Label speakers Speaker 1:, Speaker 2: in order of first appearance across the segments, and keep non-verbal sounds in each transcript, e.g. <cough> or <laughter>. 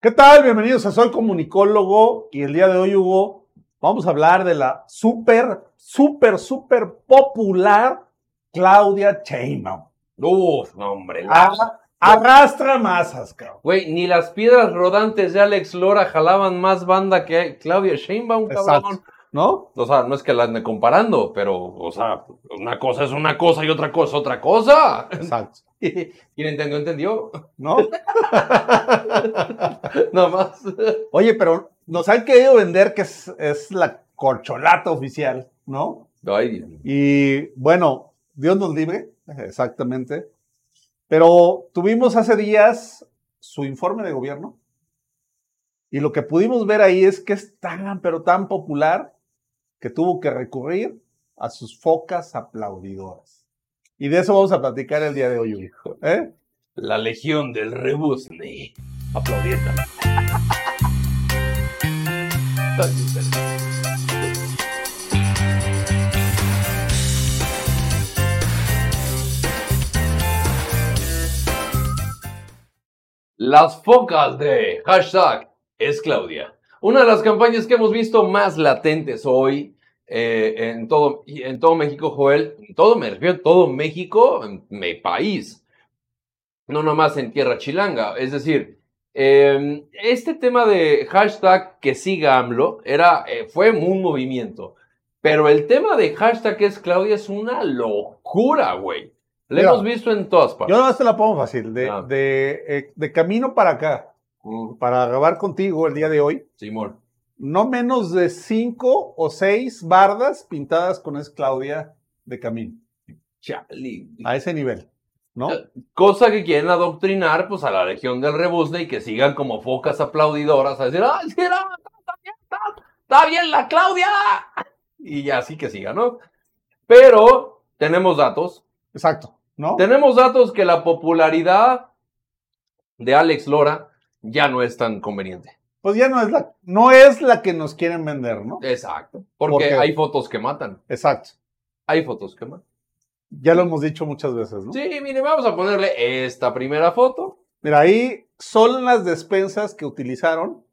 Speaker 1: ¿Qué tal? Bienvenidos a Soy Comunicólogo y el día de hoy, Hugo, vamos a hablar de la súper, súper, súper popular Claudia Sheinbaum.
Speaker 2: Uf, no, hombre. no.
Speaker 1: A- Arrastra masas, cabrón.
Speaker 2: Güey, ni las piedras rodantes de Alex Lora jalaban más banda que Claudia Sheinbaum, cabrón.
Speaker 1: ¿No?
Speaker 2: O sea, no es que la ande comparando, pero, o sea, una cosa es una cosa y otra cosa es otra <laughs> cosa.
Speaker 1: Exacto.
Speaker 2: Quien entendió, entendió. <laughs>
Speaker 1: ¿No?
Speaker 2: Nada más.
Speaker 1: Oye, pero nos han querido vender que es, es la corcholata oficial, ¿no?
Speaker 2: Ay,
Speaker 1: Y bueno, Dios nos libre, exactamente. Pero tuvimos hace días su informe de gobierno y lo que pudimos ver ahí es que es tan, pero tan popular que tuvo que recurrir a sus focas aplaudidoras. Y de eso vamos a platicar el día de hoy. Hugo, ¿eh?
Speaker 2: la legión del rebuzne. Aplaudiendo. <laughs> Las focas de hashtag es Claudia. Una de las campañas que hemos visto más latentes hoy eh, en, todo, y en todo México, Joel, en todo, me refiero a todo México, en mi país, no nomás en tierra chilanga. Es decir, eh, este tema de hashtag que siga AMLO era, eh, fue un movimiento, pero el tema de hashtag es Claudia es una locura, güey. Lo
Speaker 1: Mira,
Speaker 2: hemos visto en todas partes.
Speaker 1: Yo no te la pongo fácil, de,
Speaker 2: Ah.
Speaker 1: de, eh, de camino para acá,
Speaker 2: Mm,
Speaker 1: para grabar contigo el día de hoy.
Speaker 2: Simón.
Speaker 1: no menos de cinco o seis bardas pintadas con es Claudia de camino,
Speaker 2: Chale.
Speaker 1: a ese nivel, ¿no?
Speaker 2: Cosa que quieren adoctrinar pues a la legión del rebuzne y que sigan como focas aplaudidoras a decir, ¡ah, sí, no, está, está bien, está, está bien la Claudia! Y ya así que siga, ¿no? Pero tenemos datos.
Speaker 1: Exacto, ¿no?
Speaker 2: Tenemos datos que la popularidad de Alex Lora ya no es tan conveniente.
Speaker 1: Pues ya no es la, no es la que nos quieren vender, ¿no?
Speaker 2: Exacto. Porque
Speaker 1: ¿Por qué?
Speaker 2: hay fotos que matan.
Speaker 1: Exacto.
Speaker 2: Hay fotos que matan.
Speaker 1: Ya lo hemos dicho muchas veces, ¿no?
Speaker 2: Sí, mire, vamos a ponerle esta primera foto.
Speaker 1: Mira, ahí son las despensas que utilizaron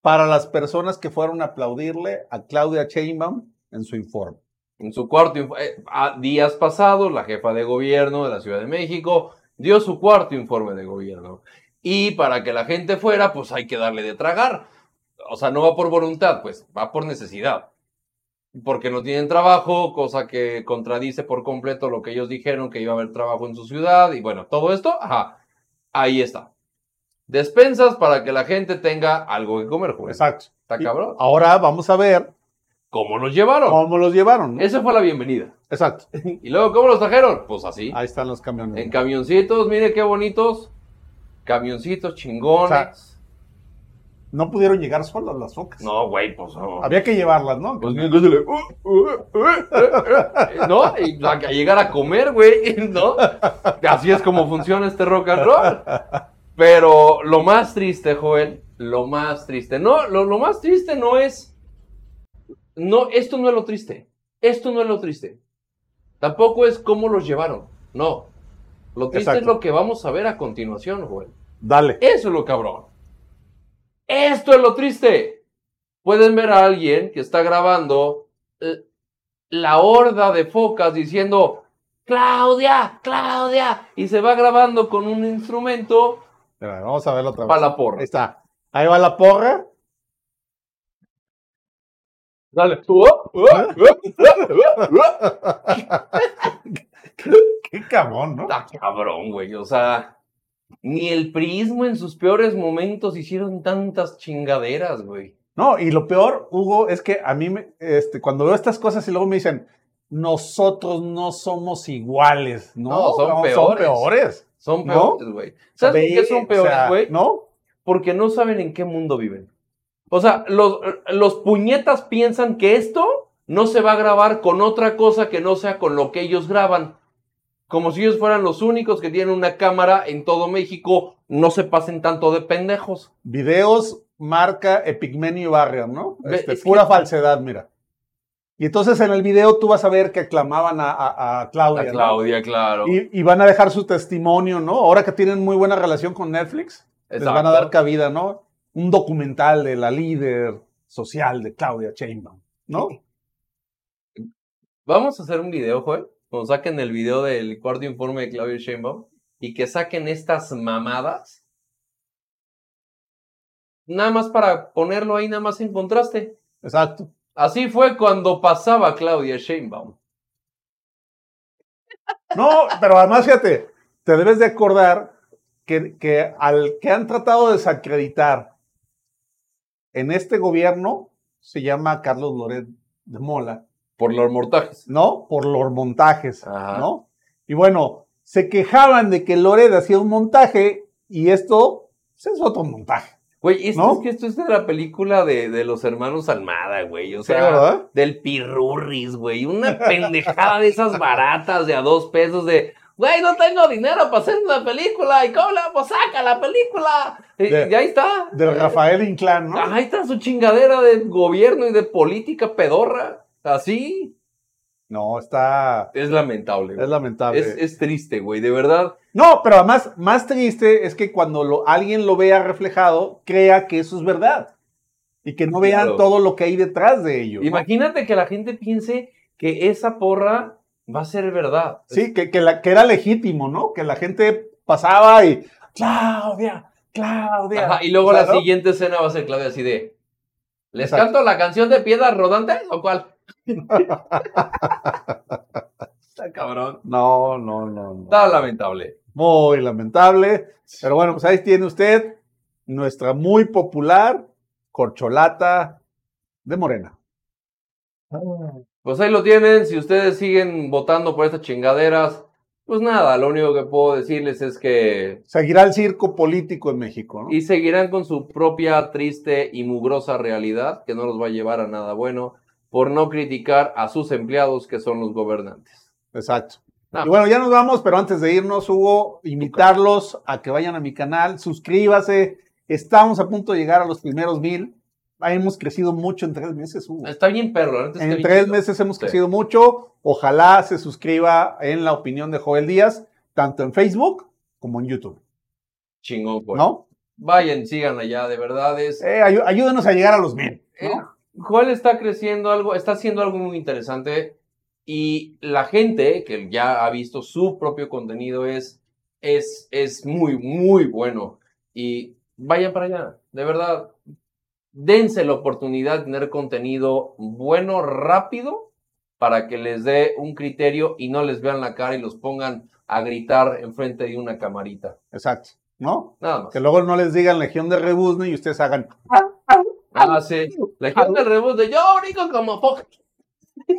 Speaker 1: para las personas que fueron a aplaudirle a Claudia Sheinbaum en su informe.
Speaker 2: En su cuarto, inf- eh, a días pasados, la jefa de gobierno de la Ciudad de México dio su cuarto informe de gobierno. Y para que la gente fuera, pues hay que darle de tragar. O sea, no va por voluntad, pues va por necesidad. Porque no tienen trabajo, cosa que contradice por completo lo que ellos dijeron, que iba a haber trabajo en su ciudad. Y bueno, todo esto, ajá, ahí está. Despensas para que la gente tenga algo que comer, Juan.
Speaker 1: Exacto.
Speaker 2: Está
Speaker 1: Y
Speaker 2: cabrón.
Speaker 1: Ahora vamos a ver
Speaker 2: ¿Cómo los llevaron?
Speaker 1: cómo los llevaron. ¿no?
Speaker 2: Esa fue la bienvenida.
Speaker 1: Exacto.
Speaker 2: ¿Y luego cómo los trajeron? Pues así.
Speaker 1: Ahí están los camiones.
Speaker 2: En camioncitos, mire qué bonitos. Camioncitos chingones.
Speaker 1: O sea, No pudieron llegar solos las focas.
Speaker 2: no, güey, pues no.
Speaker 1: Había que llevarlas, ¿no?
Speaker 2: Pues, entonces, uh, uh, uh, uh, ¿No? Y a que llegar a comer, güey, <laughs> ¿no? Así es como funciona este rock and roll. Pero lo más triste, Joel, lo más triste. No, lo, lo más triste no es. No, esto no es lo triste. Esto no es lo triste. Tampoco es cómo los llevaron. No. Lo triste es
Speaker 1: Exacto.
Speaker 2: lo que vamos a ver a continuación, Joel.
Speaker 1: Dale.
Speaker 2: Eso es lo cabrón. Esto es lo triste. Pueden ver a alguien que está grabando eh, la horda de focas diciendo, Claudia, Claudia, y se va grabando con un instrumento
Speaker 1: Espera, vamos a verlo otra vez.
Speaker 2: para la porra.
Speaker 1: Ahí está. Ahí va la porra.
Speaker 2: Dale, tú. oh, oh, uh,
Speaker 1: Qué cabrón, ¿no?
Speaker 2: Está cabrón, güey. O sea, ni el prismo en sus peores momentos hicieron tantas chingaderas, güey.
Speaker 1: No, y lo peor, Hugo, es que a mí, me- este, cuando veo estas cosas y luego me dicen, nosotros no somos iguales. No,
Speaker 2: No, son
Speaker 1: cabrón,
Speaker 2: peores.
Speaker 1: peores.
Speaker 2: Son
Speaker 1: ¿No?
Speaker 2: peores, güey. ¿Sabes por qué
Speaker 1: Ve,
Speaker 2: son
Speaker 1: o sea,
Speaker 2: peores, güey?
Speaker 1: ¿No?
Speaker 2: porque no saben en qué mundo viven. O sea, los, los puñetas piensan que esto no se va a grabar con otra cosa que no sea con lo que ellos graban. Como si ellos fueran los únicos que tienen una cámara en todo México, no se pasen tanto de pendejos.
Speaker 1: Videos marca Epigmenio Barrier, ¿no?
Speaker 2: Ve,
Speaker 1: Este,
Speaker 2: es que-
Speaker 1: pura falsedad, mira. Y entonces en el video tú vas a ver que aclamaban a, a- a Claudia.
Speaker 2: A
Speaker 1: ¿no?
Speaker 2: Claudia, claro.
Speaker 1: Y, y van a dejar su testimonio, ¿no? Ahora que tienen muy buena relación con Netflix, les van a dar cabida, ¿no? Un documental de la líder social de Claudia Sheinbaum, ¿no?
Speaker 2: Vamos a hacer un video, Joel. Cuando saquen el video del cuarto informe de Claudia Sheinbaum y que saquen estas mamadas. Nada más para ponerlo ahí, nada más en contraste.
Speaker 1: Exacto.
Speaker 2: Así fue cuando pasaba Claudia Sheinbaum.
Speaker 1: No, pero además, fíjate, te debes de acordar que, que al que han tratado de desacreditar en este gobierno se llama Carlos Loret de Mola,
Speaker 2: Por los mortajes.
Speaker 1: ¿no? Por los montajes,
Speaker 2: Ajá.
Speaker 1: ¿no? Y bueno, se quejaban de que Loret hacía un montaje y esto pues, es otro montaje.
Speaker 2: Güey, esto
Speaker 1: ¿No?
Speaker 2: es que esto es de la película de, de los hermanos Almada, güey. O
Speaker 1: Sí,
Speaker 2: sea,
Speaker 1: ¿verdad?
Speaker 2: del pirurris, güey. Una pendejada de esas baratas de a dos pesos de. Güey, no tengo dinero para hacer una película. ¿Y cómo la pues saca la película? Y,
Speaker 1: De-
Speaker 2: y ahí está.
Speaker 1: Del Rafael Inclán, ¿no?
Speaker 2: Ahí está su chingadera de gobierno y de política pedorra. Así
Speaker 1: No, está.
Speaker 2: es lamentable.
Speaker 1: Es
Speaker 2: güey.
Speaker 1: lamentable.
Speaker 2: Es, es triste, güey, de verdad.
Speaker 1: No, pero además, más triste es que cuando lo- alguien lo vea reflejado, crea que eso es verdad. Y que no vean
Speaker 2: Claro.
Speaker 1: todo lo que hay detrás de ello. ¿no?
Speaker 2: Imagínate que la gente piense que esa porra va a ser verdad.
Speaker 1: Sí, que, que la, que era legítimo, ¿no? Que la gente pasaba y. Claudia, Claudia.
Speaker 2: Ajá, y luego
Speaker 1: O sea,
Speaker 2: la
Speaker 1: ¿no?
Speaker 2: siguiente escena va a ser Claudia así de. ¿Les
Speaker 1: Exacto.
Speaker 2: canto la canción de piedras rodantes
Speaker 1: <laughs>
Speaker 2: o cuál? Está cabrón.
Speaker 1: No, no, no. no.
Speaker 2: Está lamentable.
Speaker 1: Muy lamentable. Pero bueno, pues ahí tiene usted nuestra muy popular corcholata de Morena.
Speaker 2: Pues ahí lo tienen. Si ustedes siguen votando por estas chingaderas, pues nada, lo único que puedo decirles es que.
Speaker 1: Seguirá el circo político en México, ¿no?
Speaker 2: Y seguirán con su propia triste y mugrosa realidad que no los va a llevar a nada bueno por no criticar a sus empleados que son los gobernantes.
Speaker 1: Exacto.
Speaker 2: Ah.
Speaker 1: Y bueno, ya nos vamos, pero antes de irnos, Hugo, invitarlos a que vayan a mi canal, suscríbase. Estamos a punto de llegar a los primeros mil. Ah, Hemos crecido mucho en tres meses, Hugo.
Speaker 2: Está bien perro. la neta está
Speaker 1: En
Speaker 2: bien
Speaker 1: tres
Speaker 2: chido.
Speaker 1: meses hemos
Speaker 2: Sí.
Speaker 1: crecido mucho. Ojalá se suscriba en la opinión de Joel Díaz, tanto en Facebook como en YouTube,
Speaker 2: Chingón, güey.
Speaker 1: ¿no?
Speaker 2: Vayan, sigan allá, de verdad es.
Speaker 1: Eh, ayú- ayúdenos a llegar a los mil. ¿no?
Speaker 2: Eh, Joel está creciendo algo, está haciendo algo muy interesante y la gente que ya ha visto su propio contenido es, es, es muy, muy bueno. Y vayan para allá, de verdad, dense la oportunidad de tener contenido bueno, rápido, para que les dé un criterio y no les vean la cara y los pongan a gritar enfrente de una camarita.
Speaker 1: Exacto, ¿no?
Speaker 2: Nada más.
Speaker 1: Que luego no les digan Legión de Rebuzne y ustedes hagan.
Speaker 2: eh. Ah, sí. La gente del rebus de yo brico como Fox.